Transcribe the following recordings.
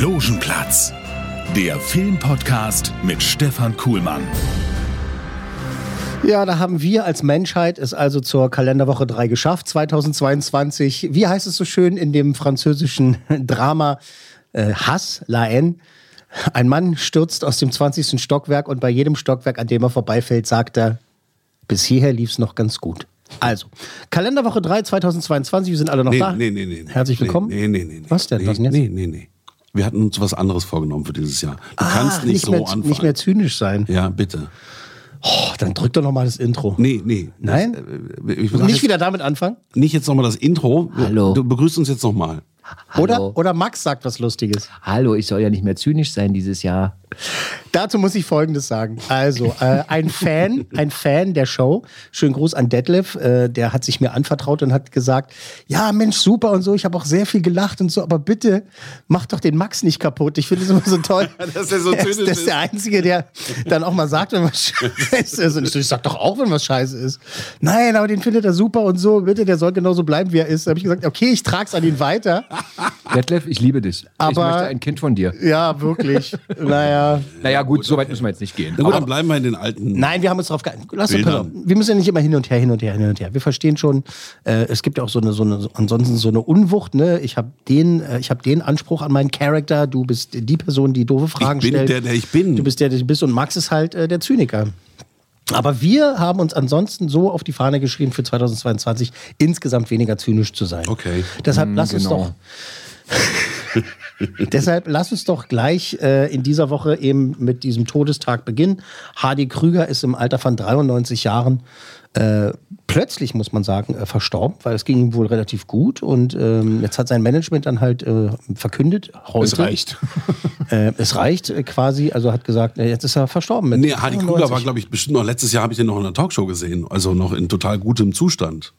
Logenplatz, der Filmpodcast mit Stefan Kuhlmann. Ja, da haben wir als Menschheit es also zur Kalenderwoche 3 geschafft, 2022. Wie heißt es so schön in dem französischen Drama äh, Hass, La Haine? Ein Mann stürzt aus dem 20. Stockwerk und bei jedem Stockwerk, an dem er vorbeifällt, sagt er, bis hierher lief's noch ganz gut. Also, Kalenderwoche 3 2022, wir sind alle noch Nee, da. nee, nee, nee. nee. Herzlich willkommen. Nee, nee, nee. nee. Was denn? Nee, Was denn jetzt? Nee, nee, nee. Wir hatten uns was anderes vorgenommen für dieses Jahr. Du kannst nicht, so mehr, anfangen. Ah, Nicht mehr zynisch sein. ja, bitte. Oh, dann drück doch noch mal das Intro. Nee, nee. Nein? Das, äh, ich muss Nicht jetzt, wieder damit anfangen? Nicht jetzt nochmal das Intro. Hallo. Du begrüßt uns jetzt nochmal. Hallo. Oder, oder Max sagt was Lustiges. Hallo, ich soll ja nicht mehr zynisch sein dieses Jahr. Dazu muss ich Folgendes sagen. Also, äh, ein Fan, ein Fan der Show, schönen Gruß an Detlef, äh, der hat sich mir anvertraut und hat gesagt, ja, Mensch, super und so, ich habe auch sehr viel gelacht und so, aber bitte mach doch den Max nicht kaputt. Ich finde es immer so toll. Dass er so Er ist, zynisch das ist der ist. Einzige, der dann auch mal sagt, wenn was scheiße ist. Und ich sag doch auch, wenn was scheiße ist. Nein, aber den findet er super und so, bitte, der soll genauso bleiben, wie er ist. Da habe ich gesagt, okay, ich trag's an ihn weiter. Detlef, ich liebe dich. ich Aber- möchte ein Kind von dir. Ja, wirklich. Naja. Naja, gut, so weit müssen wir jetzt nicht gehen. Na gut, dann bleiben wir in den alten. Nein, wir haben uns darauf geeinigt. Lass uns, Bildern. pass auf, wir müssen ja nicht immer hin und her, hin und her, hin und her. Wir verstehen schon, äh, es gibt ja auch so eine, so eine, so- ansonsten so eine Unwucht. Ne? Ich habe den, äh, ich hab den Anspruch an meinen Charakter. Du bist die Person, die doofe Fragen bin stellt. der, der ich bin. Du bist der, der ich bist. Und Max ist halt äh, der Zyniker. Aber wir haben uns ansonsten so auf die Fahne geschrieben, für 2022 insgesamt weniger zynisch zu sein. Okay. Deshalb lass uns genau. doch. Deshalb lass uns doch gleich äh, in dieser Woche eben mit diesem Todestag beginnen. Hardy Krüger ist im Alter von 93 Jahren äh, plötzlich, muss man sagen, äh, verstorben, weil es ging ihm wohl relativ gut. Und ähm, jetzt hat sein Management dann halt äh, verkündet, heute. Es reicht. Äh, es reicht äh, quasi, also hat gesagt, äh, jetzt ist er verstorben. Mit Nee, Hardy Krüger 93. war, glaube ich, bestimmt noch letztes Jahr habe ich den noch in einer Talkshow gesehen. Also noch in total gutem Zustand.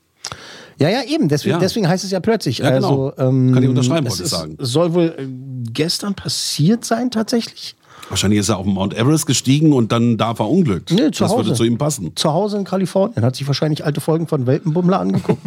Ja, ja, eben. Deswegen, Ja. deswegen heißt es ja plötzlich. Ja, genau. also, ähm, Kann ich unterschreiben, es wollte ist- ich sagen. Soll wohl äh, gestern passiert sein, tatsächlich? Wahrscheinlich ist er auf den Mount Everest gestiegen und dann da verunglückt. Nee, zu das Hause. würde zu ihm passen. Zu Hause in Kalifornien. Hat sich wahrscheinlich alte Folgen von Weltenbummler angeguckt.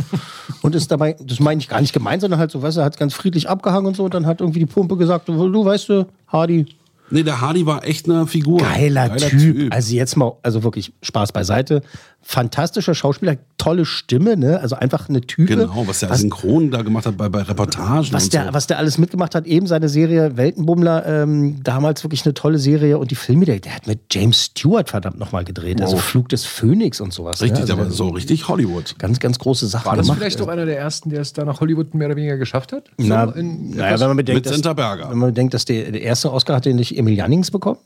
und ist dabei, das meine ich gar nicht gemeint, sondern halt so, weißt du, hat ganz friedlich abgehangen und so. Und dann hat irgendwie die Pumpe gesagt, du, du weißt du, Hardy, Nee, der Hardy war echt eine Figur. Geiler, typ. Also jetzt mal, also wirklich Spaß beiseite. Fantastischer Schauspieler, tolle Stimme, ne? Also einfach eine Type. Also Genau, was der was, synchron da gemacht hat bei, bei Reportagen was und der, so. was der alles mitgemacht hat, eben seine Serie Weltenbummler, ähm, damals wirklich eine tolle Serie und die Filme, der, der hat mit James Stewart verdammt nochmal gedreht. Also Flug des Phönix und sowas. richtig, ne? also aber der- so richtig Hollywood. Ganz, ganz große Sachen War das gemacht. vielleicht doch einer der ersten, der es da nach Hollywood mehr oder weniger geschafft hat? So Na, in naja, etwas- wenn man Mit bedenkt, dass, Senta wenn Berger. man bedenkt, dass der, der erste Oscar hat den nicht Emil Jannings bekommen?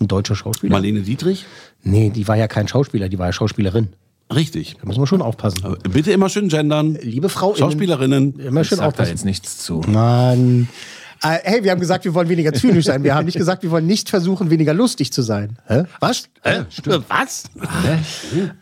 Ein deutscher Schauspieler? Marlene Dietrich? Nee, die war ja kein Schauspieler, die war ja Schauspielerin. Richtig. Da müssen wir schon aufpassen. Aber Bitte immer schön gendern. Liebe Frau, Schauspielerinnen. immer schön Sagt da aufpassen. jetzt nichts zu. Mann. Äh, hey, wir haben gesagt, wir wollen weniger zynisch sein. Wir haben nicht gesagt, wir wollen nicht versuchen, weniger lustig zu sein. Hä? Was? Hä? Was?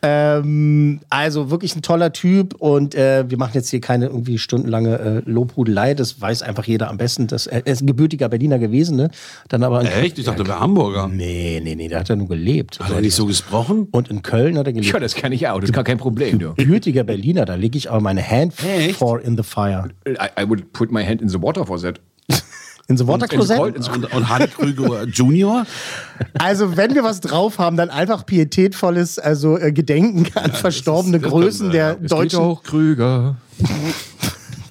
Ähm, also wirklich ein toller Typ und äh, wir machen jetzt hier keine irgendwie stundenlange äh, Lobhudelei. Das weiß einfach jeder am besten. Das, er ist ein gebürtiger Berliner gewesen, ne? Dann aber. in- Echt? Ich dachte, der wäre Hamburger. Nee, nee, nee, der hat ja nur gelebt. Hat er nicht so gesprochen? Und in Köln hat er gelebt. Ja, das kann ich auch. Das ist gar kein Problem. Ja. Gebürtiger Berliner, da lege ich aber meine Hand Echt? for in the fire. I, I would put my hand in the water for that. In the water Ins closet? Gold, ins Und, und Hardy Krüger Junior? Also, wenn wir was drauf haben, dann einfach pietätvolles, also äh, Gedenken an verstorbene das Größen können wir, der ja. deutschen, auch Krüger.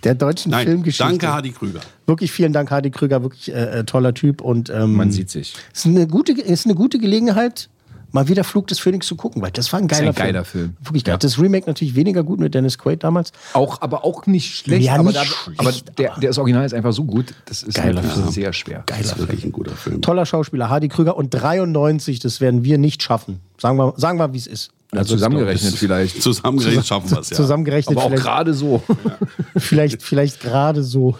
der deutschen Nein, Filmgeschichte. danke Hardy Krüger. Wirklich vielen Dank, Hardy Krüger, wirklich äh, äh, toller Typ und ähm, Man sieht sich. ist eine gute, ist eine gute Gelegenheit, mal wieder Flug des Phoenix zu gucken, weil das war ein ist geiler, ein geiler Film. Wirklich geil. Ja. Das Remake natürlich weniger gut mit Dennis Quaid damals. Auch, aber auch nicht schlecht. Ja, aber nicht da, schlecht, aber der, der, das Original ist einfach so gut, das ist Geiler wirklich Film. sehr schwer. Das ist wirklich ein guter Film. Toller Schauspieler, Hardy Krüger und 93, das werden wir nicht schaffen. Sagen wir, sagen wir wie es ist. Also zusammengerechnet vielleicht. Zusammengerechnet schaffen wir es ja. Zusammengerechnet Aber auch vielleicht, gerade so. vielleicht, vielleicht gerade so.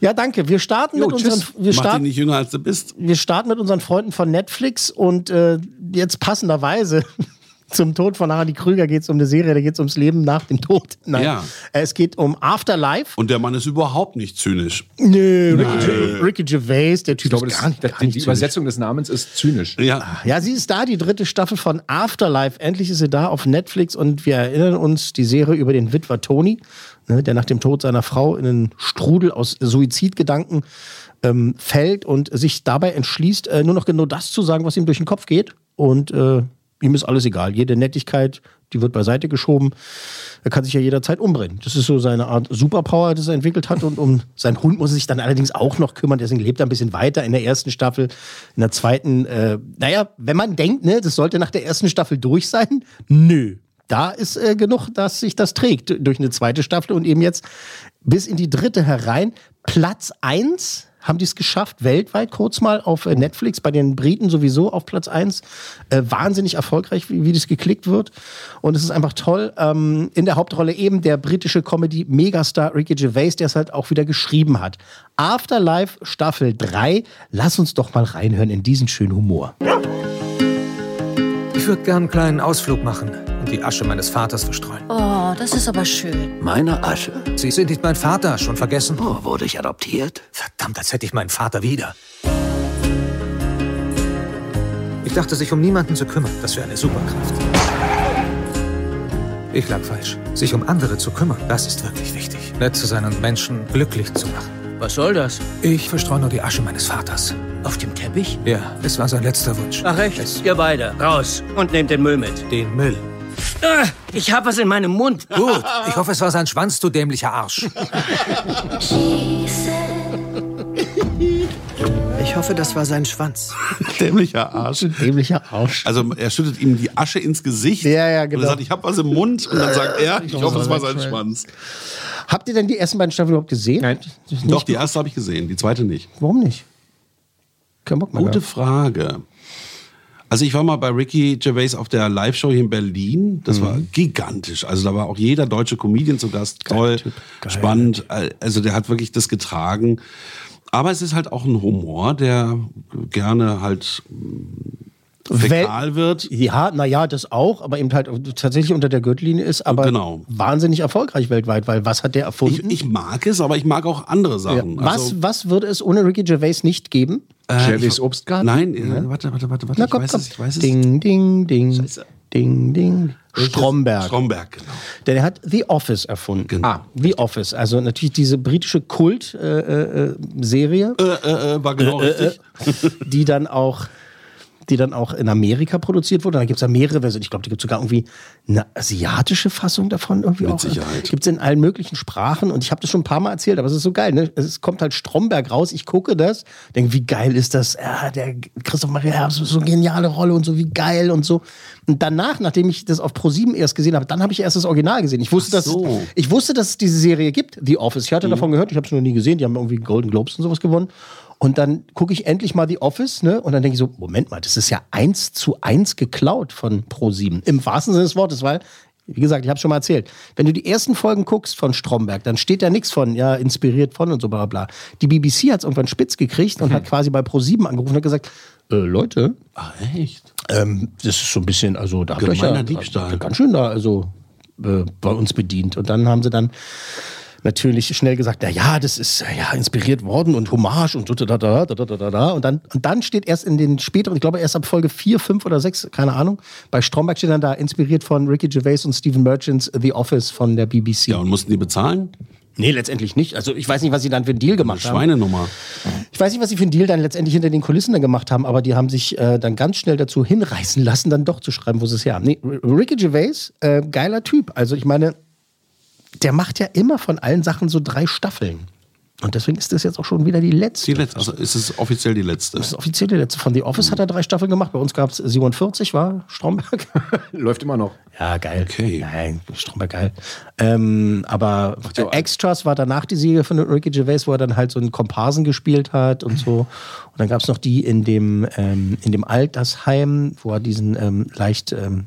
ja, danke. Wir starten, Jo, mit tschüss. unseren, wir Mach dich starten nicht jünger, als du bist. wir starten mit unseren Freunden von Netflix und äh, jetzt passenderweise zum Tod von Hardy Krüger geht es um eine Serie, da geht es ums Leben nach dem Tod. Nein, Ja. es geht um Afterlife. Und der Mann ist überhaupt nicht zynisch. Nö, Ricky, Ricky Gervais, der Typ Ich glaube, ist das, gar nicht, das, gar die, nicht die zynisch. Übersetzung des Namens ist zynisch. Ja, Ja, sie ist da, die dritte Staffel von Afterlife. Endlich ist sie da auf Netflix und wir erinnern uns die Serie über den Witwer Tony, ne, der nach dem Tod seiner Frau in einen Strudel aus Suizidgedanken ähm, fällt und sich dabei entschließt, äh, nur noch genau das zu sagen, was ihm durch den Kopf geht. Und äh, ihm ist alles egal. Jede Nettigkeit, die wird beiseite geschoben. Er kann sich ja jederzeit umbringen. Das ist so seine Art Superpower, das er entwickelt hat. Und um seinen Hund muss er sich dann allerdings auch noch kümmern. Deswegen lebt er ein bisschen weiter in der ersten Staffel. In der zweiten, äh, naja, wenn man denkt, ne, das sollte nach der ersten Staffel durch sein, nö. Da ist äh, genug, dass sich das trägt durch eine zweite Staffel und eben jetzt bis in die dritte herein. Platz 1 haben die es geschafft, weltweit kurz mal auf äh, Netflix, bei den Briten sowieso auf Platz 1. Äh, wahnsinnig erfolgreich, wie, wie das geklickt wird. Und es ist einfach toll. Ähm, in der Hauptrolle eben der britische Comedy-Megastar Ricky Gervais, der es halt auch wieder geschrieben hat. Afterlife Staffel 3. Lass uns doch mal reinhören in diesen schönen Humor. Ich würde gern einen kleinen Ausflug machen und die Asche meines Vaters verstreuen. Oh, das ist aber schön. Meine Asche? Sie sind nicht mein Vater, schon vergessen? Oh, wurde ich adoptiert? Verdammt, als hätte ich meinen Vater wieder. Ich dachte, sich um niemanden zu kümmern, das wäre eine Superkraft. Ich lag falsch. Sich um andere zu kümmern, das ist wirklich wichtig. Nett zu sein und Menschen glücklich zu machen. Was soll das? Ich verstreue nur die Asche meines Vaters. Auf dem Teppich? Ja, es war sein letzter Wunsch. Ach echt? Es, Ihr beide, raus und nehmt den Müll mit. den Müll. Ah, ich hab was in meinem Mund. Gut, ich hoffe, es war sein Schwanz, du dämlicher Arsch. Ich hoffe, das war sein Schwanz. Ah. dämlicher Arsch. Dämlicher Arsch. Also er schüttet ihm die Asche ins Gesicht. Ja, ja, genau. Und er sagt, ich habe was im Mund. Und dann sagt er, ich hoffe, es war sein Schwanz. Habt ihr denn die ersten beiden Staffeln überhaupt gesehen? Nein. Also Doch, die erste habe ich gesehen, die zweite nicht. Warum nicht? Kein Bock mehr. Gute gehabt. Frage. Also ich war mal bei Ricky Gervais auf der Live-Show hier in Berlin. Das war Mhm. gigantisch. Also da war auch jeder deutsche Comedian zu Gast. Toll, spannend. Also der hat wirklich das getragen. Aber es ist halt auch ein Humor, der gerne halt fäkal wird. Ja, naja, das auch, aber eben halt tatsächlich unter der Gürtellinie ist, aber Genau. wahnsinnig erfolgreich weltweit, weil was hat der Ich, erfunden? ich mag es, aber ich mag auch andere Sachen. was, Also, was würde es ohne Ricky Gervais nicht geben? Jervis Obstgarten? nein, äh, warte, warte, warte, warte. ich weiß es, ich weiß es. Ding, ding, ding. Scheiße. Ding, ding. Stromberg. Stromberg, genau. Denn er hat The Office erfunden. Genau. Ah, The Office. Also natürlich diese britische Kult-Serie. Äh, Serie. Äh, äh, war genau richtig. die dann auch die dann auch in Amerika produziert wurde. Da gibt es ja mehrere Versionen. Ich glaube, da gibt sogar irgendwie eine asiatische Fassung davon. Irgendwie Mit auch. Sicherheit. Gibt es in allen möglichen Sprachen. Und ich habe das schon ein paar Mal erzählt, aber es ist so geil. Ne? Es kommt halt Stromberg raus. Ich gucke das, denke, wie geil ist das? Ja, der Christoph Maria Herbst ist so eine geniale Rolle und so, wie geil und so. Und danach, nachdem ich das auf Pro7 erst gesehen habe, dann habe ich erst das Original gesehen. Ich wusste, Ach so. dass, ich wusste, dass es diese Serie gibt, The Office. Ich hatte davon gehört, ich habe es noch nie gesehen. Die haben irgendwie Golden Globes und sowas gewonnen. Und dann gucke ich endlich mal The Office, ne? Und dann denke ich so, Moment mal, das ist ja eins zu eins geklaut von Pro7. Im wahrsten Sinne des Wortes, weil, wie gesagt, ich habe schon mal erzählt, wenn du die ersten Folgen guckst von Stromberg, dann steht da nichts von, ja, inspiriert von und so bla bla. bla. Die BBC hat es irgendwann spitz gekriegt und hat quasi bei Pro7 angerufen und hat gesagt, äh, Leute, Ah, echt? ähm, das ist so ein bisschen, also da habt ihr euch Gemeiner ja Diebstahl. ganz schön da, also äh, bei uns bedient. Und dann haben sie dann natürlich schnell gesagt, na ja, das ist äh, ja inspiriert worden und Hommage und so, da, da, da, da, da, da, da. Und dann, und dann steht erst in den späteren, ich glaube erst ab Folge 4, 5 oder 6, keine Ahnung, bei Stromberg steht dann da, inspiriert von Ricky Gervais und Stephen Merchants The Office von der BBC. Ja, und mussten die bezahlen? Nee, letztendlich nicht. Also ich weiß nicht, was sie dann für einen Deal Eine gemacht haben. Schweinenummer. Ich weiß nicht, was sie für einen Deal dann letztendlich hinter den Kulissen dann gemacht haben, aber die haben sich äh, dann ganz schnell dazu hinreißen lassen, dann doch zu schreiben, wo sie es her haben. Nee, R- Ricky Gervais, äh, geiler Typ. Also ich meine, der macht ja immer von allen Sachen so drei Staffeln. Und deswegen ist das jetzt auch schon wieder die letzte. Die letzte, also ist es offiziell die letzte. Das ist offiziell die letzte. Von The Office hat er drei Staffeln gemacht. Bei uns gab es 47, war Stromberg. Läuft immer noch. ja, geil. Okay. Nein, Stromberg geil. Ähm, aber Extras war danach die Serie von Ricky Gervais, wo er dann halt so einen Komparsen gespielt hat und so. Und dann gab es noch die in dem, ähm, in dem Altersheim, wo er diesen ähm, leicht ähm,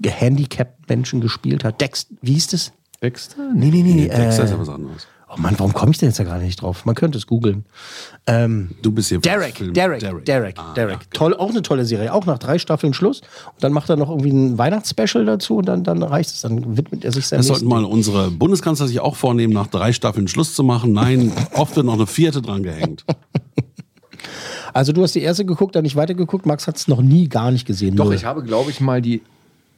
gehandicapten Menschen gespielt hat. Dex, wie hieß das? Extra? Nee, nee, nee. nee Dexter äh, ist ja was anderes. oh Mann, warum komme ich denn jetzt da gerade nicht drauf? Man könnte es googeln. Ähm, Du bist hier. Derek, Film- Ah, Derek, Derek, Derek, Toll, auch eine tolle Serie. Auch nach drei Staffeln Schluss. Und dann macht er noch irgendwie ein Weihnachtsspecial dazu und dann, dann reicht es. Dann widmet er sich seinem Das sollten nächsten. mal unsere Bundeskanzler sich auch vornehmen, nach drei Staffeln Schluss zu machen. Nein, oft wird noch eine vierte dran gehängt. Also du hast die erste geguckt, dann nicht weitergeguckt. Max hat es noch nie gar nicht gesehen. Doch, Null. ich habe, glaube ich, mal die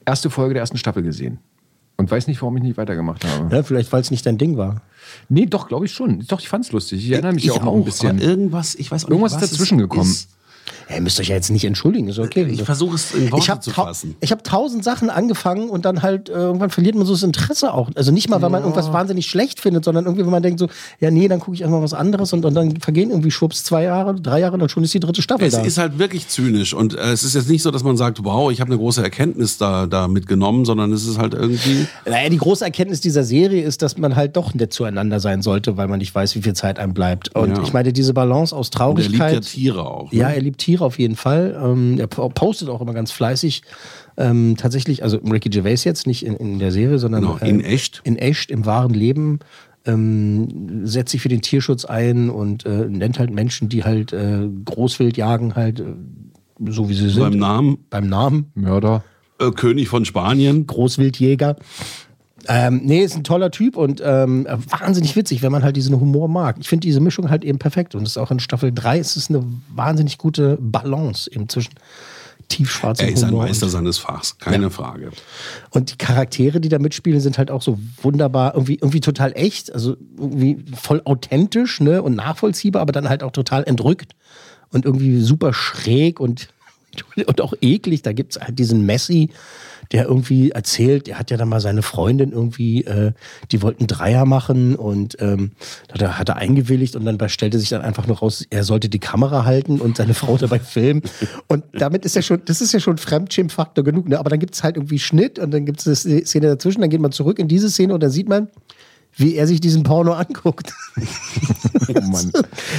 erste Folge der ersten Staffel gesehen. Und weiß nicht, warum ich nicht weitergemacht habe. Ne, vielleicht, weil es nicht dein Ding war. Nee, doch, glaube ich schon. Doch, ich fand's lustig. Ich erinnere mich ja auch, noch ein aber bisschen. Irgendwas, ich weiß auch Irgendwas nicht, ist dazwischen gekommen. Ja, ihr müsst euch ja jetzt nicht entschuldigen, ist okay. Ich versuche es in Ich Worte habe zu fassen. hab tausend Sachen angefangen und dann halt äh, irgendwann verliert man so das Interesse auch. Also nicht mal, weil man irgendwas wahnsinnig schlecht findet, sondern irgendwie, wenn man denkt so, ja nee, dann gucke ich einfach was anderes und, und dann vergehen irgendwie schwupps zwei Jahre, drei Jahre und dann schon ist die dritte Staffel Es da. ist halt wirklich zynisch und äh, es ist jetzt nicht so, dass man sagt, wow, ich habe eine große Erkenntnis da, da mitgenommen, sondern es ist halt irgendwie. Naja, die große Erkenntnis dieser Serie ist, dass man halt doch nett zueinander sein sollte, weil man nicht weiß, wie viel Zeit einem bleibt. Und Ja. ich meine, diese Balance aus Und er liebt Traurigkeit. ja Tiere auch. Ne? Ja, er liebt Tiere auf jeden Fall. Ähm, er po- postet auch immer ganz fleißig. Ähm, tatsächlich, also Ricky Gervais jetzt, nicht in, in der Serie, sondern Genau, in echt. äh, In echt, im wahren Leben. Ähm, setzt sich für den Tierschutz ein und äh, nennt halt Menschen, die halt äh, Großwild jagen, halt äh, so wie sie sind. Beim Namen beim Namen. Mörder. äh, König von Spanien. Großwildjäger. Ähm, nee, ist ein toller Typ und ähm, wahnsinnig witzig, wenn man halt diesen Humor mag. Ich finde diese Mischung halt eben perfekt und es ist auch in Staffel 3 ist es eine wahnsinnig gute Balance eben zwischen tiefschwarzem Er ist ein Humor Meister und, seines Fachs, keine Frage. und die Charaktere, die da mitspielen, sind halt auch so wunderbar, irgendwie, irgendwie total echt, also irgendwie voll authentisch ne, und nachvollziehbar, aber dann halt auch total entrückt und irgendwie super schräg und, und auch eklig. Da gibt es halt diesen Messi, der irgendwie erzählt, er hat ja dann mal seine Freundin irgendwie, äh, die wollten Dreier machen und ähm, da hat er, hat er eingewilligt und dann stellte sich dann einfach nur raus, er sollte die Kamera halten und seine Frau dabei filmen. Und damit ist ja schon, das ist ja schon Fremdschirmfaktor genug, ne? aber dann gibt es halt irgendwie Schnitt und dann gibt es eine Szene dazwischen, dann geht man zurück in diese Szene und dann sieht man, wie er sich diesen Porno anguckt. Oh Mann.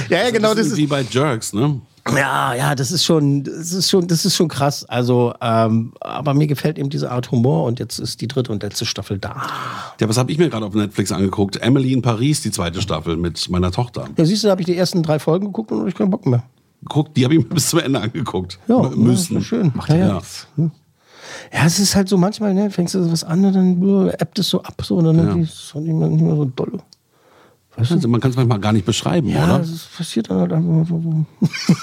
ja, ja, genau, das ist wie bei Jerks, ne? ja, ja, das ist schon, das ist schon, das ist schon krass. Also, ähm, aber mir gefällt eben diese Art Humor und jetzt ist die dritte und letzte Staffel da. Ja, was habe ich mir gerade auf Netflix angeguckt? Emily in Paris, die zweite Staffel mit meiner Tochter. Ja, siehst du, da habe ich die ersten drei Folgen geguckt und hab ich keinen Bock mehr. Guck, die habe ich mir bis zum Ende angeguckt. Ja, M- müssen. ja, schön. Macht Ja, ja, ja. Ja, es ist halt so manchmal, ne, fängst du was an und dann äh, ebbt es so ab so und dann irgendwie ist es schon nicht mehr, nicht mehr so doll. Also, man kann es manchmal gar nicht beschreiben, Ja, oder? das ist- passiert dann halt einfach mal so. so.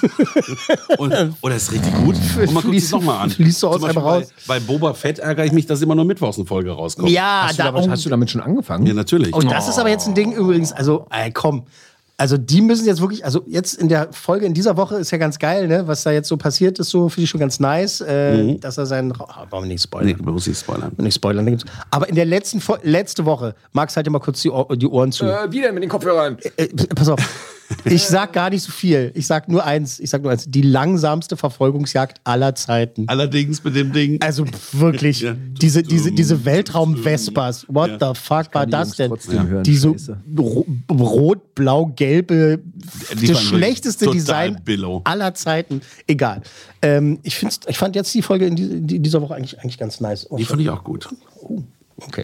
Und, oder ist richtig gut. Und man guckt Fließt- es nochmal an. fließt so aus Zum Beispiel einem raus. Bei, bei Boba Fett ärgere ich mich, dass immer nur mittwochs eine Folge rauskommt. Ja, Hast, du damit, hast du damit schon angefangen? Ja, natürlich. Und Oh, das ist aber jetzt ein Ding übrigens, also, ey, komm. Also die müssen jetzt wirklich, also jetzt in der Folge in dieser Woche ist ja ganz geil, ne? Was da jetzt so passiert ist, so finde ich schon ganz nice, äh, dass er seinen Ra- ah, wollen wir nicht spoilern. nee, man muss nicht spoilern. Wollen wir Nicht spoilern, da gibt's. Aber in der letzten Fo letzte Woche, Max halt dir mal kurz die, Ohr die Ohren zu. Äh, wie denn mit den Kopfhörern? Äh, p- pass auf. Ich sag gar nicht so viel. Ich sag nur eins, ich sag nur eins, die langsamste Verfolgungsjagd aller Zeiten. Allerdings mit dem Ding. Also wirklich, Ja. diese, diese, diese Weltraum-Vespas, what the fuck war das denn? trotzdem Ja. hören, Diese scheiße. ro- rot-blau-gelbe, Die das waren schlechteste wirklich total Design billow. aller Zeiten. Egal. Ähm, ich, find's, ich fand jetzt die Folge in die- die- dieser Woche eigentlich, eigentlich ganz nice. Oh, die fand ich auch gut. okay.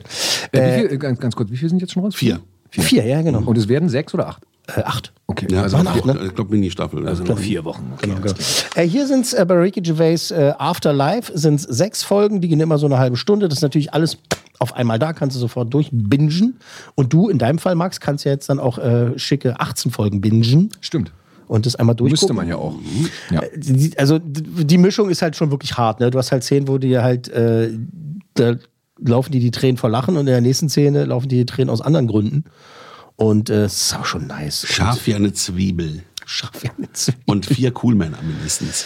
Äh, wie viel, äh, ganz, ganz kurz, wie viele sind jetzt schon raus? Vier. Vier. ja, genau. Und es werden sechs oder acht? äh, acht. Okay. Ja, also also acht, auch, ne? ich glaube, Mini-Staffel. Also noch vier Wochen. Genau, genau. Äh, hier sind es äh, bei Ricky Gervais äh, Afterlife sind sechs Folgen, die gehen immer so eine halbe Stunde. Das ist natürlich alles auf einmal da, kannst du sofort durchbingen. Und du in deinem Fall, Max, kannst ja jetzt dann auch äh, schicke 18 Folgen bingen Stimmt. und das einmal durchgucken. Müsste man ja auch. Ja. Die- die- Also die die Mischung ist halt schon wirklich hart. Ne? Du hast halt Szenen, wo die halt, äh, da laufen die die Tränen vor Lachen und in der nächsten Szene laufen die die Tränen aus anderen Gründen. Und äh, es ist auch schon nice. Scharf wie eine Zwiebel. Und Scharf, ja, nicht so. Äh, Und vier Coolmänner mindestens.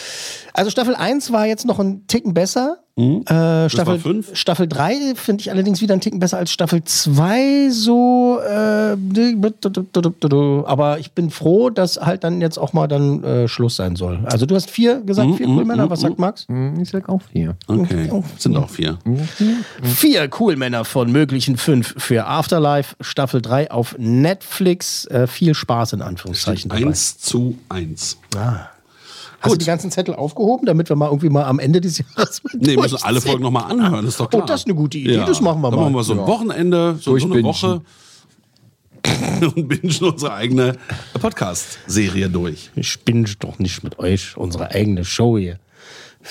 Also Staffel 1 war jetzt noch ein Ticken besser. Äh, war Staffel, fünf? Staffel 3 finde ich allerdings wieder einen Ticken besser als Staffel 2. So, äh, aber ich bin froh, dass halt dann jetzt auch mal dann äh, Schluss sein soll. Also du hast vier gesagt, Mhm, vier cool Männer. Was sagt Max? Hm, Ich sag auch hier. Oh, Okay. Sind auch vier. Vier cool Männer von möglichen fünf für Afterlife Staffel 3 auf Netflix. Äh, viel Spaß in Anführungszeichen dabei. Eins zu eins. Hast du die ganzen Zettel aufgehoben, damit wir mal irgendwie mal am Ende des Jahres mal Nee, müssen alle durchziehen? Folgen nochmal anhören, ist doch klar. Oh, das ist eine gute Idee, das machen wir dann mal. Machen wir so ein Wochenende, so, so eine Durchbingen. Woche und bingen unsere eigene Podcast-Serie durch. Ich bin doch nicht mit euch, unsere eigene Show hier.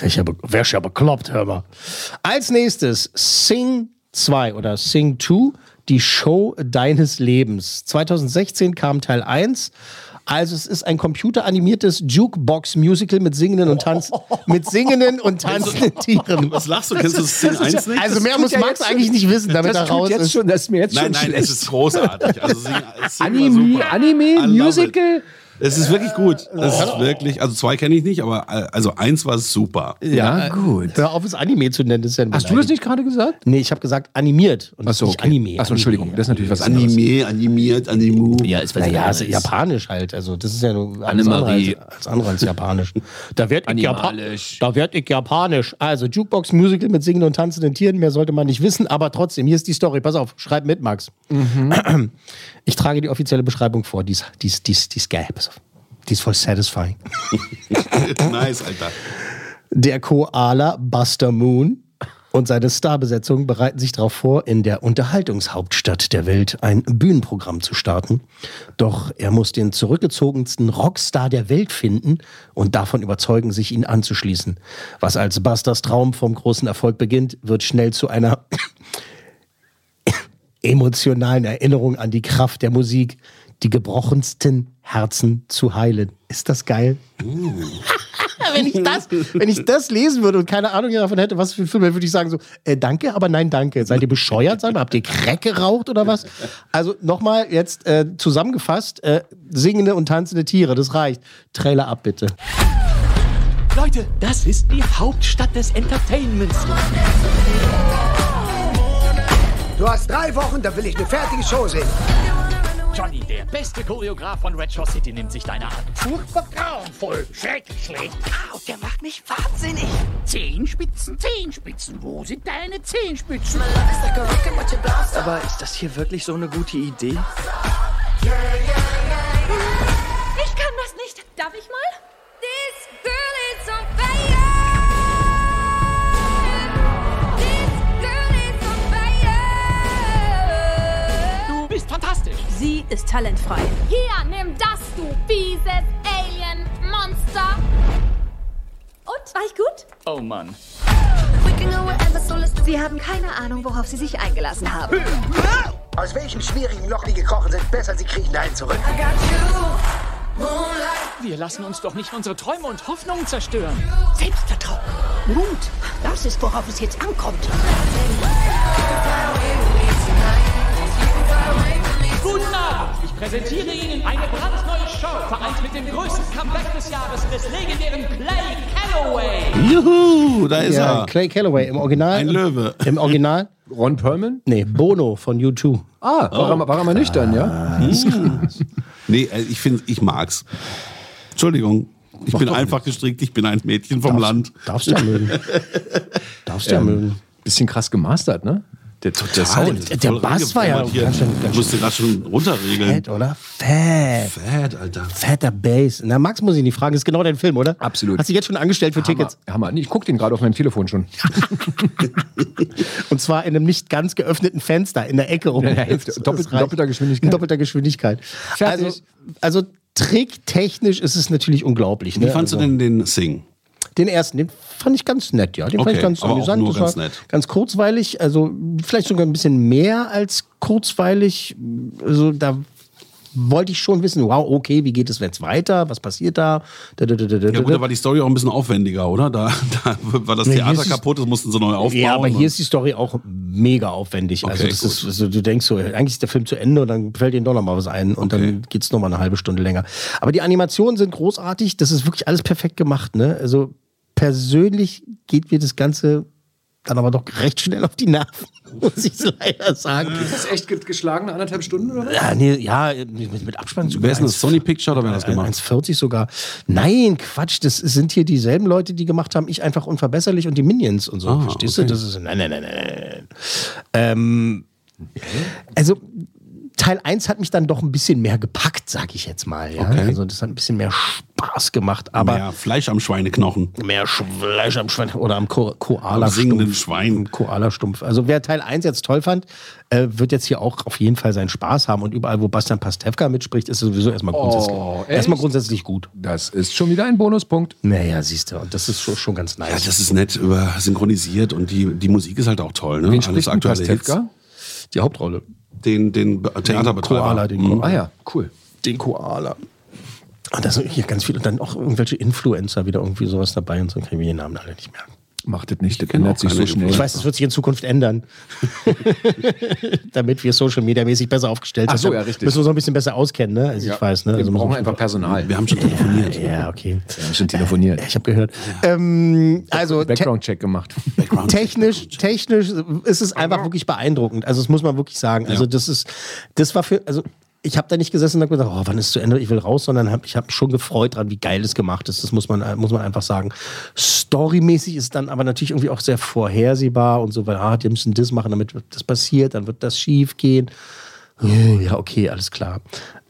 Welcher Be wär's ja bekloppt, hör mal. Als nächstes Sing 2 oder Sing 2, die Show deines Lebens. 2016 kam Teil 1. Also es ist ein computeranimiertes Jukebox-Musical mit singenden und, tanz mit singenden und Also, tanzenden Tieren. Was lachst du? Kennst du Szene 1 nicht? Also mehr tut muss ja Max jetzt eigentlich nicht wissen, damit er Das raus tut ist. jetzt schon, das ist mir jetzt Nein, schon nein, schlecht. es ist großartig. Also sing, sing war Anime- super. Anime, I love Musical? It. Es ist wirklich gut. Es ist wirklich, also zwei kenne ich nicht, aber äh, also eins war super. ja, gut. Hör auf, es Anime zu nennen. Das ist ja eine Hast du das nicht gerade gesagt? Nee, ich habe gesagt animiert und Ach so, nicht okay. Anime. Ach so, Entschuldigung, das ist natürlich was anderes. Anime, animiert, Animu. Ja, ist naja, also japanisch halt. Also das ist ja nur alles andere Annemarie. als, als andere als japanisch. Da werd ich, Japa Animalisch. da werd ich japanisch. Also Jukebox Musical mit singenden und tanzenden Tieren, mehr sollte man nicht wissen, aber trotzdem, hier ist die Story. Pass auf, schreib mit, Max. Ich trage die offizielle Beschreibung vor. Die ist, die ist, die ist, die ist geil. Pass auf. Die ist voll satisfying. nice, Alter. Der Koala Buster Moon und seine Starbesetzung bereiten sich darauf vor, in der Unterhaltungshauptstadt der Welt ein Bühnenprogramm zu starten. Doch er muss den zurückgezogensten Rockstar der Welt finden und davon überzeugen, sich ihn anzuschließen. Was als Busters Traum vom großen Erfolg beginnt, wird schnell zu einer emotionalen Erinnerung an die Kraft der Musik, die gebrochensten Herzen zu heilen. Ist das geil? wenn, ich das, wenn ich das lesen würde und keine Ahnung davon hätte, was für ein Film, dann würde ich sagen so, äh, danke, aber nein, danke. Seid ihr bescheuert? Sag mal, habt ihr Crack geraucht oder was? Also nochmal jetzt äh, zusammengefasst, äh, singende und tanzende Tiere, das reicht. Trailer ab, bitte. Leute, das ist die Hauptstadt des Entertainments. Du hast drei Wochen, da will ich eine fertige Show sehen. Johnny, der beste Choreograf von Red Shore City, nimmt sich deiner an. Furchtbar grauenvoll, schrecklich schlecht. Au, der macht mich wahnsinnig. Zehenspitzen, Zehenspitzen, wo sind deine Zehenspitzen? Aber ist das hier wirklich so eine gute Idee? Ich kann das nicht. Darf ich mal? This girl is on fire. This girl is on fire. Du bist fantastisch. Sie ist talentfrei. Hier, nimm das, du fieses Alien-Monster. Und, war ich gut? Oh Mann. Sie haben keine Ahnung, worauf Sie sich eingelassen haben. Hm. Aus welchem schwierigen Loch die gekrochen sind, besser sie kriechen dahin zurück. Wir lassen uns doch nicht unsere Träume und Hoffnungen zerstören. Selbstvertrauen. Mut. Das ist, worauf es jetzt ankommt. Guten Abend. Ich präsentiere Ihnen eine brandneue Show, vereint mit dem größten Comeback des Jahres des legendären Clay Calloway. Juhu, da ist Ja, er. Clay Calloway im Original. Ein Löwe. Im Original? Ron Perlman? Nee, Bono von U2. Ah, war, er, mal- war er mal nüchtern, ja? Nee, äh, ich finde, ich mag's. Entschuldigung. Ich bin einfach gestrickt, ich bin ein Mädchen vom Land. Darfst du ja mögen. Darfst du ja mögen. Bisschen krass gemastert, ne? Der, der Sound. der Bass war ja ganz ganz schön- schön. ganz Ich musste gerade schon runterregeln. Fett, oder? Fett. ähm, Fett, Alter. Fetter Bass. Na, Max muss ich nicht fragen, ist genau dein Film, oder? Absolut. Hast du dich jetzt schon angestellt für Hammer, Tickets? Hammer. Nee, Ich guck den gerade auf meinem Telefon schon. Und zwar in einem nicht ganz geöffneten Fenster in der Ecke rum. In der Hälfte. Das- das Doppel- reicht. doppelter Geschwindigkeit. In doppelter Geschwindigkeit. Fertig. Also, also tricktechnisch ist es natürlich unglaublich. Ne? Wie fandst also, du denn den Sing? Den ersten, den fand ich ganz nett, ja. Den fand Okay, ich ganz aber auch amüsant. nur Das war ganz nett. Ganz kurzweilig, also vielleicht sogar ein bisschen mehr als kurzweilig. Also da wollte ich schon wissen, wow, okay, wie geht es jetzt weiter? Was passiert da? Da, da, da, da, da, Ja gut, da. da war die Story auch ein bisschen aufwendiger, oder? Da, da war das Nee, hier Theater ist es- kaputt, das mussten sie neu aufbauen. Ja, aber und- hier ist die Story auch mega aufwendig. also, Okay, das gut. ist, also du denkst so, eigentlich ist der Film zu Ende und dann fällt ihnen doch noch mal was ein und dann geht's noch mal eine halbe Stunde länger. Aber die Animationen sind großartig, das ist wirklich alles perfekt gemacht. Ne? Also persönlich geht mir das Ganze dann aber doch recht schnell auf die Nerven, muss ich leider sagen. Ist das echt ge- geschlagen, anderthalb Stunden oder was? Ja, nee, ja mit, mit Abspann sogar. Wer ist denn das? Sony Picture oder wer hat das gemacht? 1,40 sogar. Nein, Quatsch, das sind hier dieselben Leute, die gemacht haben, ich einfach unverbesserlich und die Minions und so. Ah, Verstehst okay. du? Das ist, nein, nein, nein, nein, nein. Ähm, also Teil 1 hat mich dann doch ein bisschen mehr gepackt, sag ich jetzt mal. Ja? Okay. Also das hat ein bisschen mehr Spaß gemacht, aber Mehr Fleisch am Schweineknochen. mehr Fleisch am Schwein oder am Ko Koala Am singenden Schwein. Koala-Stumpf. Also wer Teil 1 jetzt toll fand, äh, wird jetzt hier auch auf jeden Fall seinen Spaß haben. Und überall, wo Bastian Pastewka mitspricht, ist es sowieso erstmal grundsätzlich, Oh, echt? erstmal grundsätzlich gut. Das ist schon wieder ein Bonuspunkt. Naja, siehst du, und das ist schon, schon ganz nice. Ja, das ist nett über synchronisiert und die, die Musik ist halt auch toll. Ne? Wen spricht denn Hits. Pastewka? die Hauptrolle. Den, den Be- Theaterbetreiber. Koala, den Koala. Ah ja, cool. Den Koala. Und Ah, da sind hier ganz viele, und dann auch irgendwelche Influencer wieder irgendwie sowas dabei und so kann ich mir den Namen alle nicht merken. Macht das nicht, das kennen ändert auch sich so keine schnell. Ich weiß, das wird sich in Zukunft ändern, damit wir Social Media mäßig besser aufgestellt Ach so, sind. ja, richtig. Müssen wir uns noch ein bisschen besser auskennen, ne? Also ich weiß, ne? Wir Also muss brauchen man- einfach Personal. Wir haben schon telefoniert. Ja, okay. haben schon telefoniert. Ich habe gehört. Ähm, also te Background-Check gemacht. technisch, technisch ist es einfach wirklich beeindruckend. Also das muss man wirklich sagen. Also das ist, das war für, also ich habe da nicht gesessen und hab gedacht, oh, wann ist zu Ende? Ich will raus, sondern hab, ich habe schon gefreut dran, wie geil es gemacht ist. Das muss man, äh, muss man einfach sagen. Storymäßig ist dann aber natürlich irgendwie auch sehr vorhersehbar und so, weil ah, die müssen das machen, damit das passiert, dann wird das schief gehen. Oh, Ja, okay, alles klar.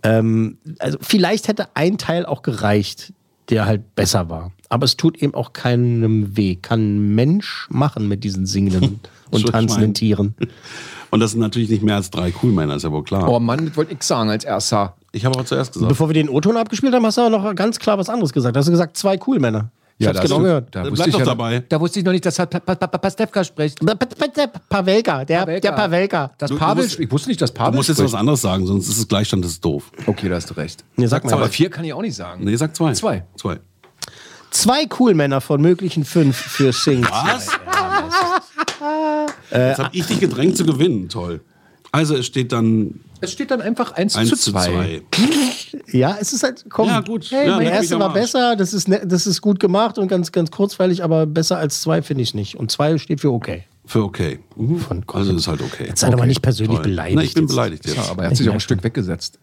Ähm, also vielleicht hätte ein Teil auch gereicht, der halt besser war. Aber es tut eben auch keinem weh. Kann ein Mensch machen mit diesen singenden und Schutzschwein. tanzenden Tieren. Und das sind natürlich nicht mehr als drei Coolmänner, ist ja wohl klar. Oh Mann, das wollte ich sagen als erster. Ich habe auch zuerst gesagt. Bevor wir den O-Ton abgespielt haben, hast du aber noch ganz klar was anderes gesagt. Hast du gesagt, zwei cool Männer. Ich hab's das- genau gehört. Da Dann wusste bleib ich doch ja, dabei. Da wusste ich noch nicht, dass Pa- Pa- Pa- Pastewka spricht. Pa- pa- pa- Pavelka, der Pavelka. Der Pavelka. Pavelka. Das Du- du Pavel, musst- ich wusste nicht, dass du Pavel musst jetzt spricht. was anderes sagen, sonst ist es Gleichstand, das ist doof. Okay, da hast du recht. Nee, sag mal. Aber vier kann ich auch nicht sagen. Nee, sag zwei. Zwei. Zwei. Zwei cool Männer von möglichen fünf für Sing. Was? Äh, Jetzt habe ich dich gedrängt zu gewinnen. Toll. Also es steht dann Es steht dann einfach 1, 1 zu zu 2. 2. Ja, es ist halt, komm. Ja, gut. Hey, Ja, mein leck mich erster am war Arsch. besser, das ist, ne, das ist gut gemacht und ganz, ganz kurzweilig, aber besser als zwei finde ich nicht. Und zwei steht für okay. Für okay. Mhm. Also ist halt okay. Seid aber nicht persönlich Toll. beleidigt. Na, ich bin jetzt. beleidigt jetzt. Ja, aber er hat sich auch ein Stück weggesetzt.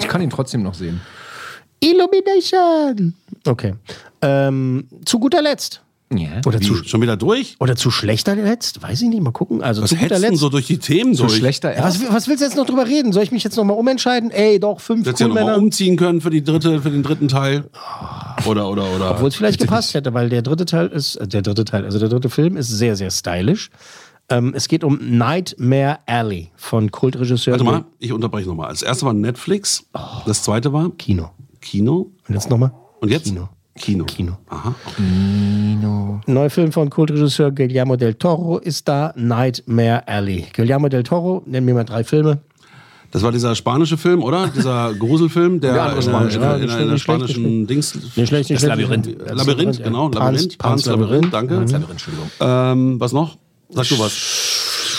Ich kann ihn trotzdem noch sehen. Illumination! Okay. Ähm, zu guter Letzt. Ja. Oder zu, Wie, schon wieder durch? oder zu schlechter Letzt? Weiß ich nicht, mal gucken. Also Was zu guter hetzen Letzt. so durch die Themen So durch? schlechter Ja, erst. was, was willst du jetzt noch drüber reden? Soll ich mich jetzt nochmal umentscheiden? Ey, doch, fünf Du hättest ja um. cool nochmal Männer. umziehen können für, die dritte, für den dritten Teil. Oder, oder, oder. Ah. Obwohl es vielleicht gepasst hätte, weil der dritte Teil ist, äh, der dritte Teil, also der dritte Film ist sehr, sehr stylisch. Ähm, es geht um Nightmare Alley von Kultregisseur Warte mal, ich unterbreche nochmal. Das erste war Netflix, Ah. das zweite war Kino. Kino. Und jetzt nochmal? Und jetzt? Kino. Kino. Kino. Aha. Neuer Film von Kultregisseur Guillermo del Toro ist da, Nightmare Alley. Guillermo del Toro, nenn mir mal drei Filme. Das war dieser spanische Film, oder? Dieser Gruselfilm, der andere in der- spanische, in der- ja, in nicht der- schlecht, in der nicht schlecht, spanischen nicht Dings. Nicht schlecht, nicht Das schlecht. Labyrinth. Nicht schlecht. Labyrinth, Ja. genau. Pans- Pans Labyrinth. Pans Labyrinth, Labyrinth. danke. Ähm, was noch? Sag du was.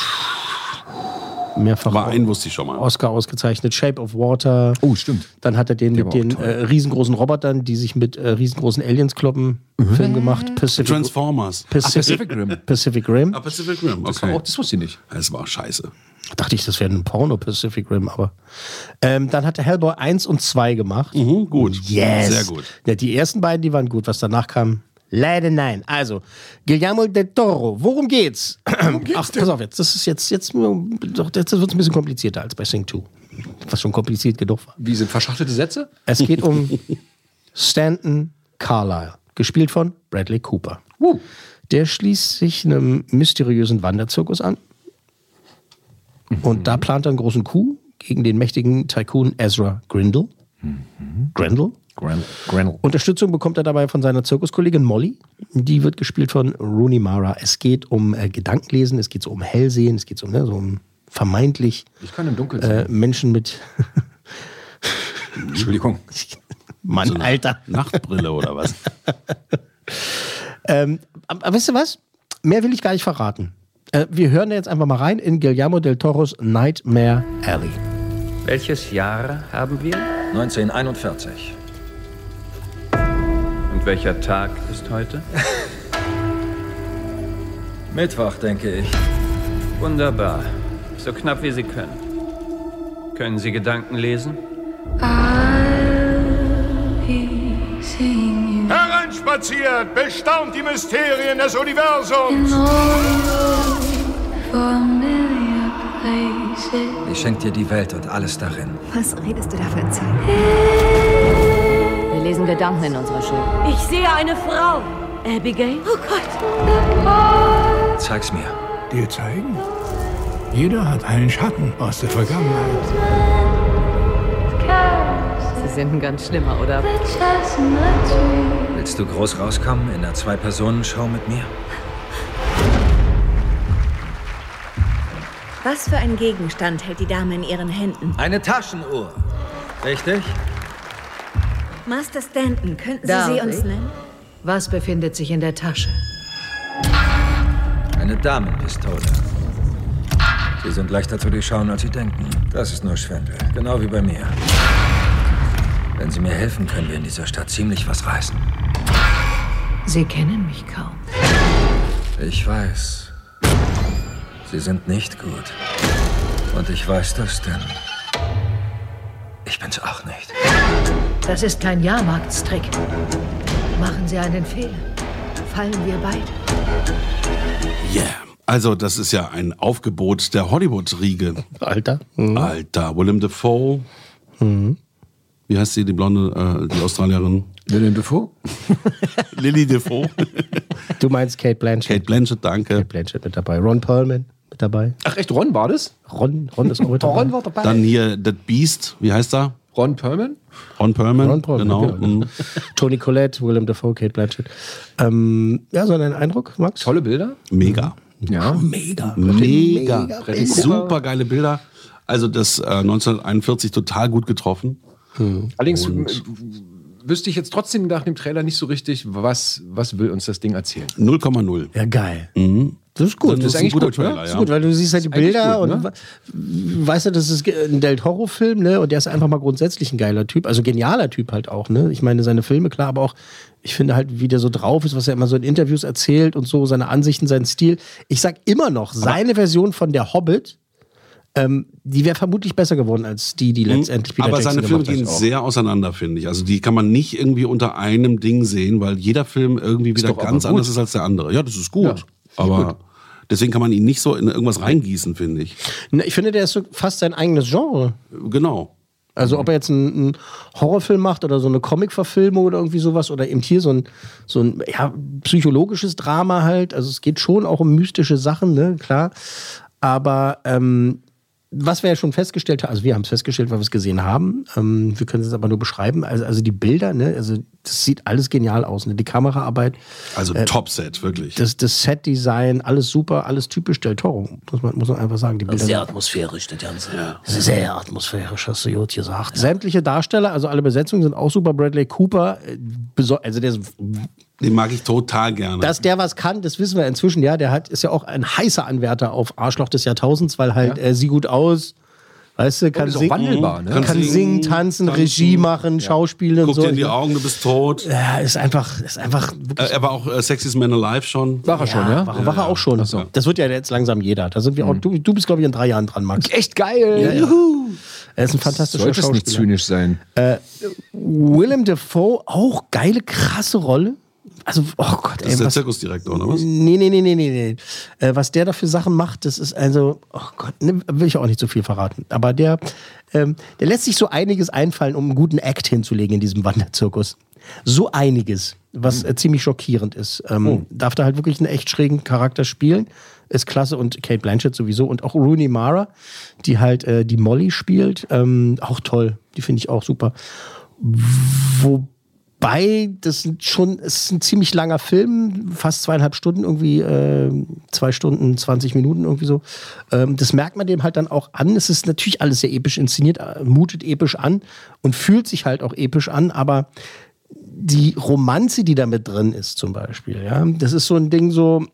Mehrfach War ein, wusste ich schon mal. Oscar ausgezeichnet, Shape of Water. Oh, stimmt. Dann hat er den Der mit war auch den toll. äh, riesengroßen Robotern, die sich mit äh, riesengroßen Aliens kloppen, Film gemacht. Pacific, Transformers. Ach, Pacific, Ah, Pacific Rim. Pacific Rim. Ah, Pacific Rim, okay. Oh, das wusste ich nicht. Es war scheiße. Dachte ich, das wäre ein Porno Pacific Rim, aber. Ähm, dann hat er Hellboy 1 und 2 gemacht. Oh, Mhm, gut. Yes. Sehr gut. Ja, die ersten beiden, die waren gut. Was danach kam, leider nein. Also, Guillermo del Toro, worum geht's? Ach, pass auf jetzt. Das ist jetzt, jetzt, doch, jetzt wird es ein bisschen komplizierter als bei Sing 2. Was schon kompliziert genug war. Wie sind verschachtelte Sätze? Es geht um Stanton Carlyle, gespielt von Bradley Cooper. Uh. Der schließt sich einem mysteriösen Wanderzirkus an. Und da plant er einen großen Coup gegen den mächtigen Tycoon Ezra Grindel. Grendel. Gren Grenell. Unterstützung bekommt er dabei von seiner Zirkuskollegin Molly. Die wird gespielt von Rooney Mara. Es geht um äh, Gedankenlesen, es geht so um Hellsehen, es geht so, ne, so um vermeintlich Ich kann im Dunkeln äh, sehen. Menschen mit Äh, Entschuldigung. Mann, Alter. Nachtbrille oder was? Aber, aber wisst ihr was? Mehr will ich gar nicht verraten. Äh, wir hören da jetzt einfach mal rein in Guillermo del Toros Nightmare Alley. Welches Jahr haben wir? 1941. Und welcher Tag ist heute? Mittwoch, denke ich. Wunderbar. So knapp wie Sie können. Können Sie Gedanken lesen? Hereinspaziert, bestaunt die Mysterien des Universums. Ich schenke dir die Welt und alles darin. Was redest du da für ein Zeug? Wir lesen Gedanken in unserer Schule. Ich sehe eine Frau. Abigail? Oh Gott. Zeig's mir. Dir zeigen? Jeder hat einen Schatten aus der Vergangenheit. Sie sind ein ganz schlimmer, oder? Willst du groß rauskommen in einer Zwei-Personen-Show mit mir? Was für ein Gegenstand hält die Dame in ihren Händen? Eine Taschenuhr. Richtig? Master Stanton, könnten Sie Darf sie uns ich? nennen? Was befindet sich in der Tasche? Eine Damenpistole. Sie sind leichter zu durchschauen, als Sie denken. Das ist nur Schwindel. Genau wie bei mir. Wenn Sie mir helfen, können wir in dieser Stadt ziemlich was reißen. Sie kennen mich kaum. Ich weiß. Sie sind nicht gut. Und ich weiß das, denn ich bin's auch nicht. Das ist kein Jahrmarktstrick. Machen Sie einen Fehler. Fallen wir beide. Yeah. Also, das ist ja ein Aufgebot der Hollywood-Riege. Alter. Alter. Willem Dafoe. Mhm. Wie heißt sie, die blonde, äh, die Australierin? Willem Dafoe? Lily Dafoe. Du meinst Kate Blanchett? Kate Blanchett, danke. Kate Blanchett mit dabei. Ron Perlman mit dabei. Ach echt, Ron war das? Ron, Ron ist auch mit dabei. Ron war dabei. Dann hier That Beast. Wie heißt er? Ron Perlman? Ron Perlman. Ron Perlman, genau. genau. Mhm. Tony Collette, Willem Dafoe, Kate Blanchett. Ähm, ja, so ein Eindruck, Max? Tolle Bilder. Mega. Ja. Mega. Mega. Mega Mega. Super geile Bilder. Also das äh, 1941 total gut getroffen. Allerdings äh, wüsste ich jetzt trotzdem nach dem Trailer nicht so richtig, was, was will uns das Ding erzählen. 0,0. Ja, geil. Mhm. Das ist gut. Das ist eigentlich ein guter gut, Trailer, ne? Das ja. ist gut, weil du siehst halt die eigentlich Bilder gut, ne? und we- weißt du, das ist ge- ein Del Toro-Film, ne? Und der ist einfach mal grundsätzlich ein geiler Typ, also genialer Typ halt auch, ne? Ich meine, seine Filme, klar, aber auch, ich finde halt, wie der so drauf ist, was er immer so in Interviews erzählt und so, seine Ansichten, seinen Stil. Ich sag immer noch, seine Version von Der Hobbit, ähm, die wäre vermutlich besser geworden als die, die letztendlich Peter Mhm. Aber Jackson seine Filme gemacht hat. gehen sehr auseinander, finde ich. Also die kann man nicht irgendwie unter einem Ding sehen, weil jeder Film irgendwie wieder doch aber ganz gut. anders ist als der andere. Ja, das ist gut. Ja, finde ich aber gut. deswegen kann man ihn nicht so in irgendwas reingießen, finde ich. Na, Ne, Ich finde, der ist so fast sein eigenes Genre. Genau. Also ob er jetzt einen, einen Horrorfilm macht oder so eine Comic-Verfilmung oder irgendwie sowas oder eben hier so ein, so ein ja, psychologisches Drama halt. Also es geht schon auch um mystische Sachen, ne, klar. Aber ähm, was wir ja schon festgestellt haben, also wir haben es festgestellt, weil wir es gesehen haben. Ähm, wir können es jetzt aber nur beschreiben. Also, also die Bilder, ne, also das sieht alles genial aus. Ne? Die Kameraarbeit, Also Top-Set, wirklich. das, das Set-Design, alles super, alles typisch Del Toro. Muss man, muss man einfach sagen. Die Bilder sind- Sehr atmosphärisch, das Ganze. sehr atmosphärisch, hast du gut gesagt. Sämtliche Darsteller, also alle Besetzungen sind auch super. Bradley Cooper, äh, beso- also der, ist- Den mag ich total gerne. dass der was kann, das wissen wir inzwischen. Ja, der hat, ist ja auch ein heißer Anwärter auf Arschloch des Jahrtausends, weil halt äh, sieht gut aus, weißt du, kann, ist auch sing wandelbar, ne? kann, Kann singen, singen, tanzen, tanzen, Regie machen, Schauspielen und Guck so. dir in die Augen, du bist tot. ja, ist einfach, ist einfach Äh, er war auch äh, Sexiest Man Alive schon. War er schon, ja? Hm. War, war er auch schon. Das wird ja jetzt langsam jeder. Da sind wir auch, du, du bist, glaube ich, in drei Jahren dran, Max. Echt geil! Ja, ja. Er ist ein fantastischer Sollte es nicht Schauspieler. zynisch sein? Willem Dafoe, auch geile, krasse Rolle. Also, oh Gott, Das ey, ist der was, Zirkusdirektor, oder was? nee, nee, nee, nee, nee, nee. Äh, was der da für Sachen macht, das ist also, oh Gott, ne, will ich auch nicht zu viel verraten. Aber der, ähm, der lässt sich so einiges einfallen, um einen guten Act hinzulegen in diesem Wanderzirkus. So einiges, was äh, ziemlich schockierend ist. Ähm, Darf da halt wirklich einen echt schrägen Charakter spielen. Ist klasse und Kate Blanchett sowieso und auch Rooney Mara, die halt äh, die Molly spielt, ähm, auch toll. Die finde ich auch super. Wobei, das sind schon, es ist ein ziemlich langer Film, fast zweieinhalb Stunden, irgendwie äh, zwei Stunden, 20 Minuten, irgendwie so. Ähm, das merkt man dem halt dann auch an. Es ist natürlich alles sehr episch inszeniert, äh, mutet episch an und fühlt sich halt auch episch an, aber die Romanze, die da mit drin ist, zum Beispiel, ja, das ist so ein Ding, so,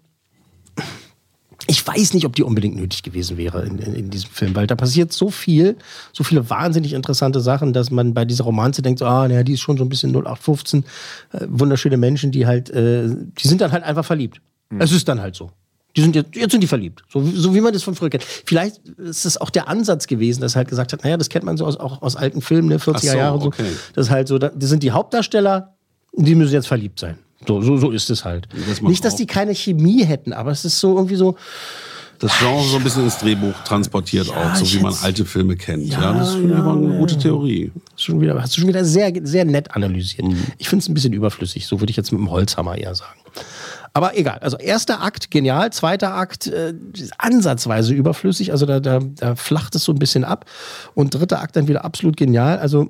ich weiß nicht, ob die unbedingt nötig gewesen wäre in, in, in diesem Film, weil da passiert so viel, so viele wahnsinnig interessante Sachen, dass man bei dieser Romanze denkt, so, ah, naja, die ist schon so ein bisschen Mhm. 0815. Äh, wunderschöne Menschen, die halt, äh, die sind dann halt einfach verliebt. Es ist dann halt so. Die sind jetzt, jetzt sind die verliebt. So, so wie man das von früher kennt. Vielleicht ist es auch der Ansatz gewesen, dass er halt gesagt hat, naja, das kennt man so aus, auch aus alten Filmen, ne, 40er Ach so, Jahre. So. okay. Das ist halt so, da- das sind die Hauptdarsteller, die müssen jetzt verliebt sein. So, so, so ist es halt. macht Nicht, dass auch- die keine Chemie hätten, aber es ist so irgendwie so, Das Genre so ein bisschen ins Drehbuch transportiert auch, so ich wie man hätt's- alte Filme kennt. Ja, Ja, das ist finde ich ja, mal eine ja, gute ja. Theorie. schon wieder, hast du schon wieder sehr, sehr nett analysiert. Mhm. Ich finde es ein bisschen überflüssig, so würde ich jetzt mit dem Holzhammer eher sagen. Aber egal, also erster Akt genial, zweiter Akt äh, ist ansatzweise überflüssig, also da, da, da flacht es so ein bisschen ab. Und dritter Akt dann wieder absolut genial. Also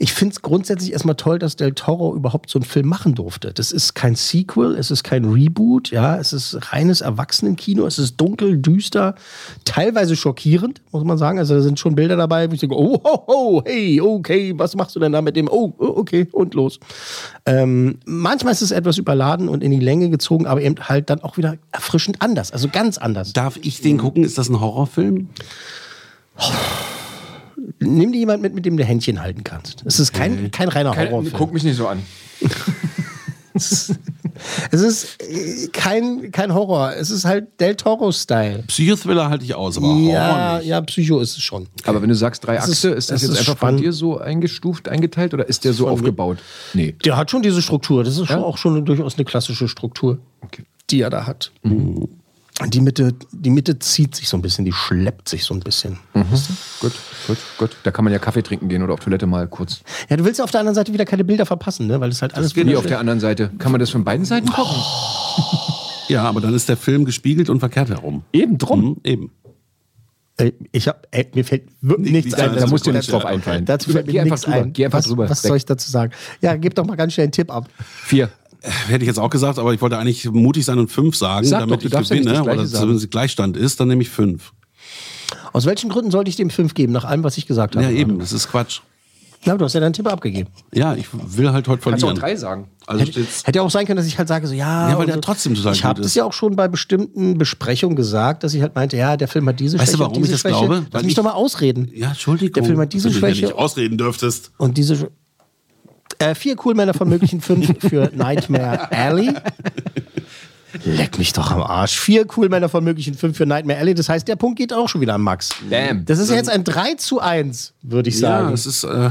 ich finde es grundsätzlich erstmal toll, dass Del Toro überhaupt so einen Film machen durfte. Das ist kein Sequel, es ist kein Reboot, ja, es ist reines Erwachsenenkino, es ist dunkel, düster, teilweise schockierend, muss man sagen. Also da sind schon Bilder dabei, wo ich denke, oh, ho, ho, hey, okay, was machst du denn da mit dem? Oh, oh, okay, und los. Ähm, manchmal ist es etwas überladen und in die Länge gezogen, aber eben halt dann auch wieder erfrischend anders, also ganz anders. Darf ich den gucken? Ist das ein Horrorfilm? Nimm dir jemand mit, mit dem du Händchen halten kannst. Es ist kein, kein reiner Kein- Horrorfilm. Guck mich nicht so an. Es ist äh, kein, kein Horror. Es ist halt Del Toro-Style. Ah, Psychothriller halte ich aus, aber Horror Ja, nicht. ja, Psycho ist es schon. Aber wenn du sagst drei Das Akte, ist- ist, das, das jetzt ist einfach spannend. von dir so eingestuft, eingeteilt oder ist der so aufgebaut? Nee. Der hat schon diese Struktur. Das ist schon auch schon durchaus eine klassische Struktur, die er da hat. Die Mitte, die Mitte zieht sich so ein bisschen, die schleppt sich so ein bisschen. Gut, gut, gut. Da kann man ja Kaffee trinken gehen oder auf Toilette mal kurz. Ja, du willst ja auf der anderen Seite wieder keine Bilder verpassen, ne? weil es halt alles Wie auf der anderen Seite. Kann man das von beiden Seiten gucken? Oh. Ja, aber dann ist der Film gespiegelt und verkehrt herum. Eben drum. Mhm, eben. Äh, Ich hab, ey, mir fällt wirklich nichts da- ein. da dazu- musst du nichts dazu- drauf einfallen. Dazu fällt Geh mir einfach nichts drüber, ein. geh einfach was drüber, was weg. soll ich dazu sagen? Ja, gib doch mal ganz schnell einen Tipp ab. Vier. Äh, Hätte ich jetzt auch gesagt, aber ich wollte eigentlich mutig sein und fünf sagen, Sag doch, damit du ich darfst ja nicht gewinne das Gleiche oder sagen. zumindest Gleichstand ist, dann nehme ich fünf. Aus welchen Gründen sollte ich dem fünf geben, nach allem, was ich gesagt habe? Ja, eben, das ist Quatsch. Na, du hast ja deinen Tipp abgegeben. Ja, ich will halt heute Kannst du auch verlieren. drei sagen. Also steht's. Hätte ja auch sein können, dass ich halt sage, so ja. Ja, weil der und so. trotzdem total Ich gut habe das ist. ja auch schon bei bestimmten Besprechungen gesagt, dass ich halt meinte, ja, der Film hat diese Weißt du, Schwäche. warum und diese ich das Schwäche. glaube? Lass Weil mich ich- doch mal ausreden. Ja, Entschuldigung. Der Film hat diese Wenn du dir Schwäche nicht ausreden dürftest. und diese. Sch- Äh, vier Coolmänner von möglichen fünf für Nightmare Alley. Leck mich doch am Arsch. Vier Coolmänner von möglichen fünf für Nightmare Alley. Das heißt, der Punkt geht auch schon wieder an Max. Damn. Das ist ja jetzt ein 3 zu 1, würde ich Ja, sagen. es ist. Äh,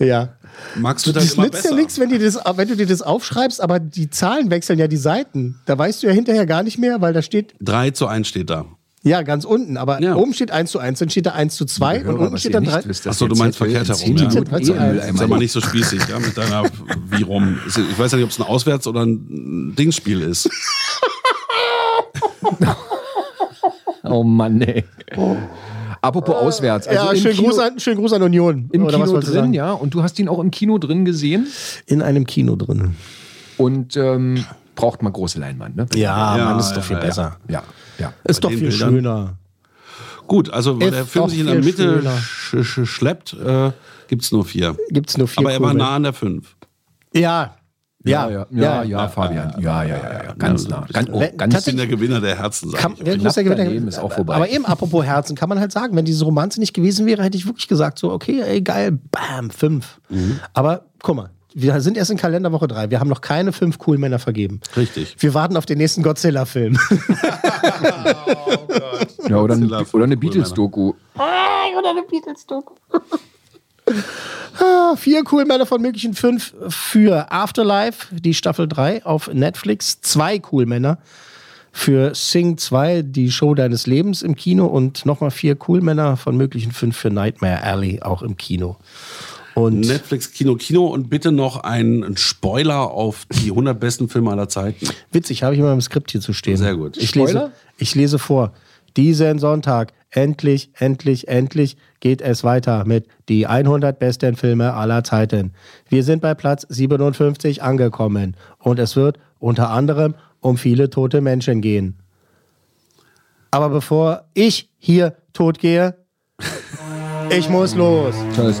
Ja. Max Du, wird halt das immer nützt ja besser. nichts, wenn, dir das- wenn du dir das aufschreibst, aber die Zahlen wechseln ja die Seiten. Da weißt du ja hinterher gar nicht mehr, weil da steht, 3 zu 1 steht da. ja, ganz unten, aber Ja. oben steht 1 zu 1, dann steht da 1 zu 2 und unten steht dann 3. Achso, du meinst verkehrt herum. zehn Ja. Minuten eh im Mülleimer Sag mal nicht so spießig, ja, mit deiner wie rum. Ich weiß ja nicht, ob es ein Auswärts- oder ein Dingspiel ist. Oh Mann, ey. Apropos auswärts. Also Oh. ja, im schönen Kino, Gruß, an, schönen Gruß an Union. Im oder was Kino wolltest du drin, sagen? ja. Und du hast ihn auch im Kino drin gesehen. In einem Kino drin. Und ähm, braucht man große Leinwand, ne? Ja, Ja, man ist doch ja, viel ja, besser. Ja, ja. Ist Bei doch den viel Bildern. schöner. Gut, also weil Ist der Film doch sich in der viel Mitte schöner. sch sch schleppt, äh, gibt es nur vier. Gibt's nur vier Aber er war Kugeln. nah an der fünf. Ja. Ja, Ja, ja, ja, ja, Fabian. Ja, ja, ja, ja. Ganz nah. Ganz, oh, Wenn- Ich ganz bin der Gewinner der Herzen, sag Kann, ich. ja, muss ja gewinnen. daneben ist auch vorbei. Aber eben, apropos Herzen, kann man halt sagen, wenn diese Romanze nicht gewesen wäre, hätte ich wirklich gesagt, so, okay, ey, geil, bam, fünf. Mhm. Aber guck mal, wir sind erst in Kalenderwoche drei. Wir haben noch keine fünf coolen Männer vergeben. Richtig. Wir warten auf den nächsten Godzilla-Film. ja, oder, ein, Godzilla oder eine Beatles-Doku. Ah, Vier cool Männer von möglichen fünf für Afterlife, die Staffel 3 auf Netflix. Zwei cool Männer für Sing 2, die Show deines Lebens im Kino. Und nochmal vier cool Männer von möglichen fünf für Nightmare Alley auch im Kino. Und Netflix, Kino, Kino und bitte noch einen Spoiler auf die 100 besten Filme aller Zeiten. witzig, habe ich immer im Skript hier zu stehen. Sehr gut. Ich Spoiler? lese, ich lese vor. Diesen Sonntag, endlich, endlich, endlich geht es weiter mit die 100 besten Filme aller Zeiten. Wir sind bei Platz 57 angekommen und es wird unter anderem um viele tote Menschen gehen. Aber bevor ich hier tot gehe, ich muss los. Tschüss.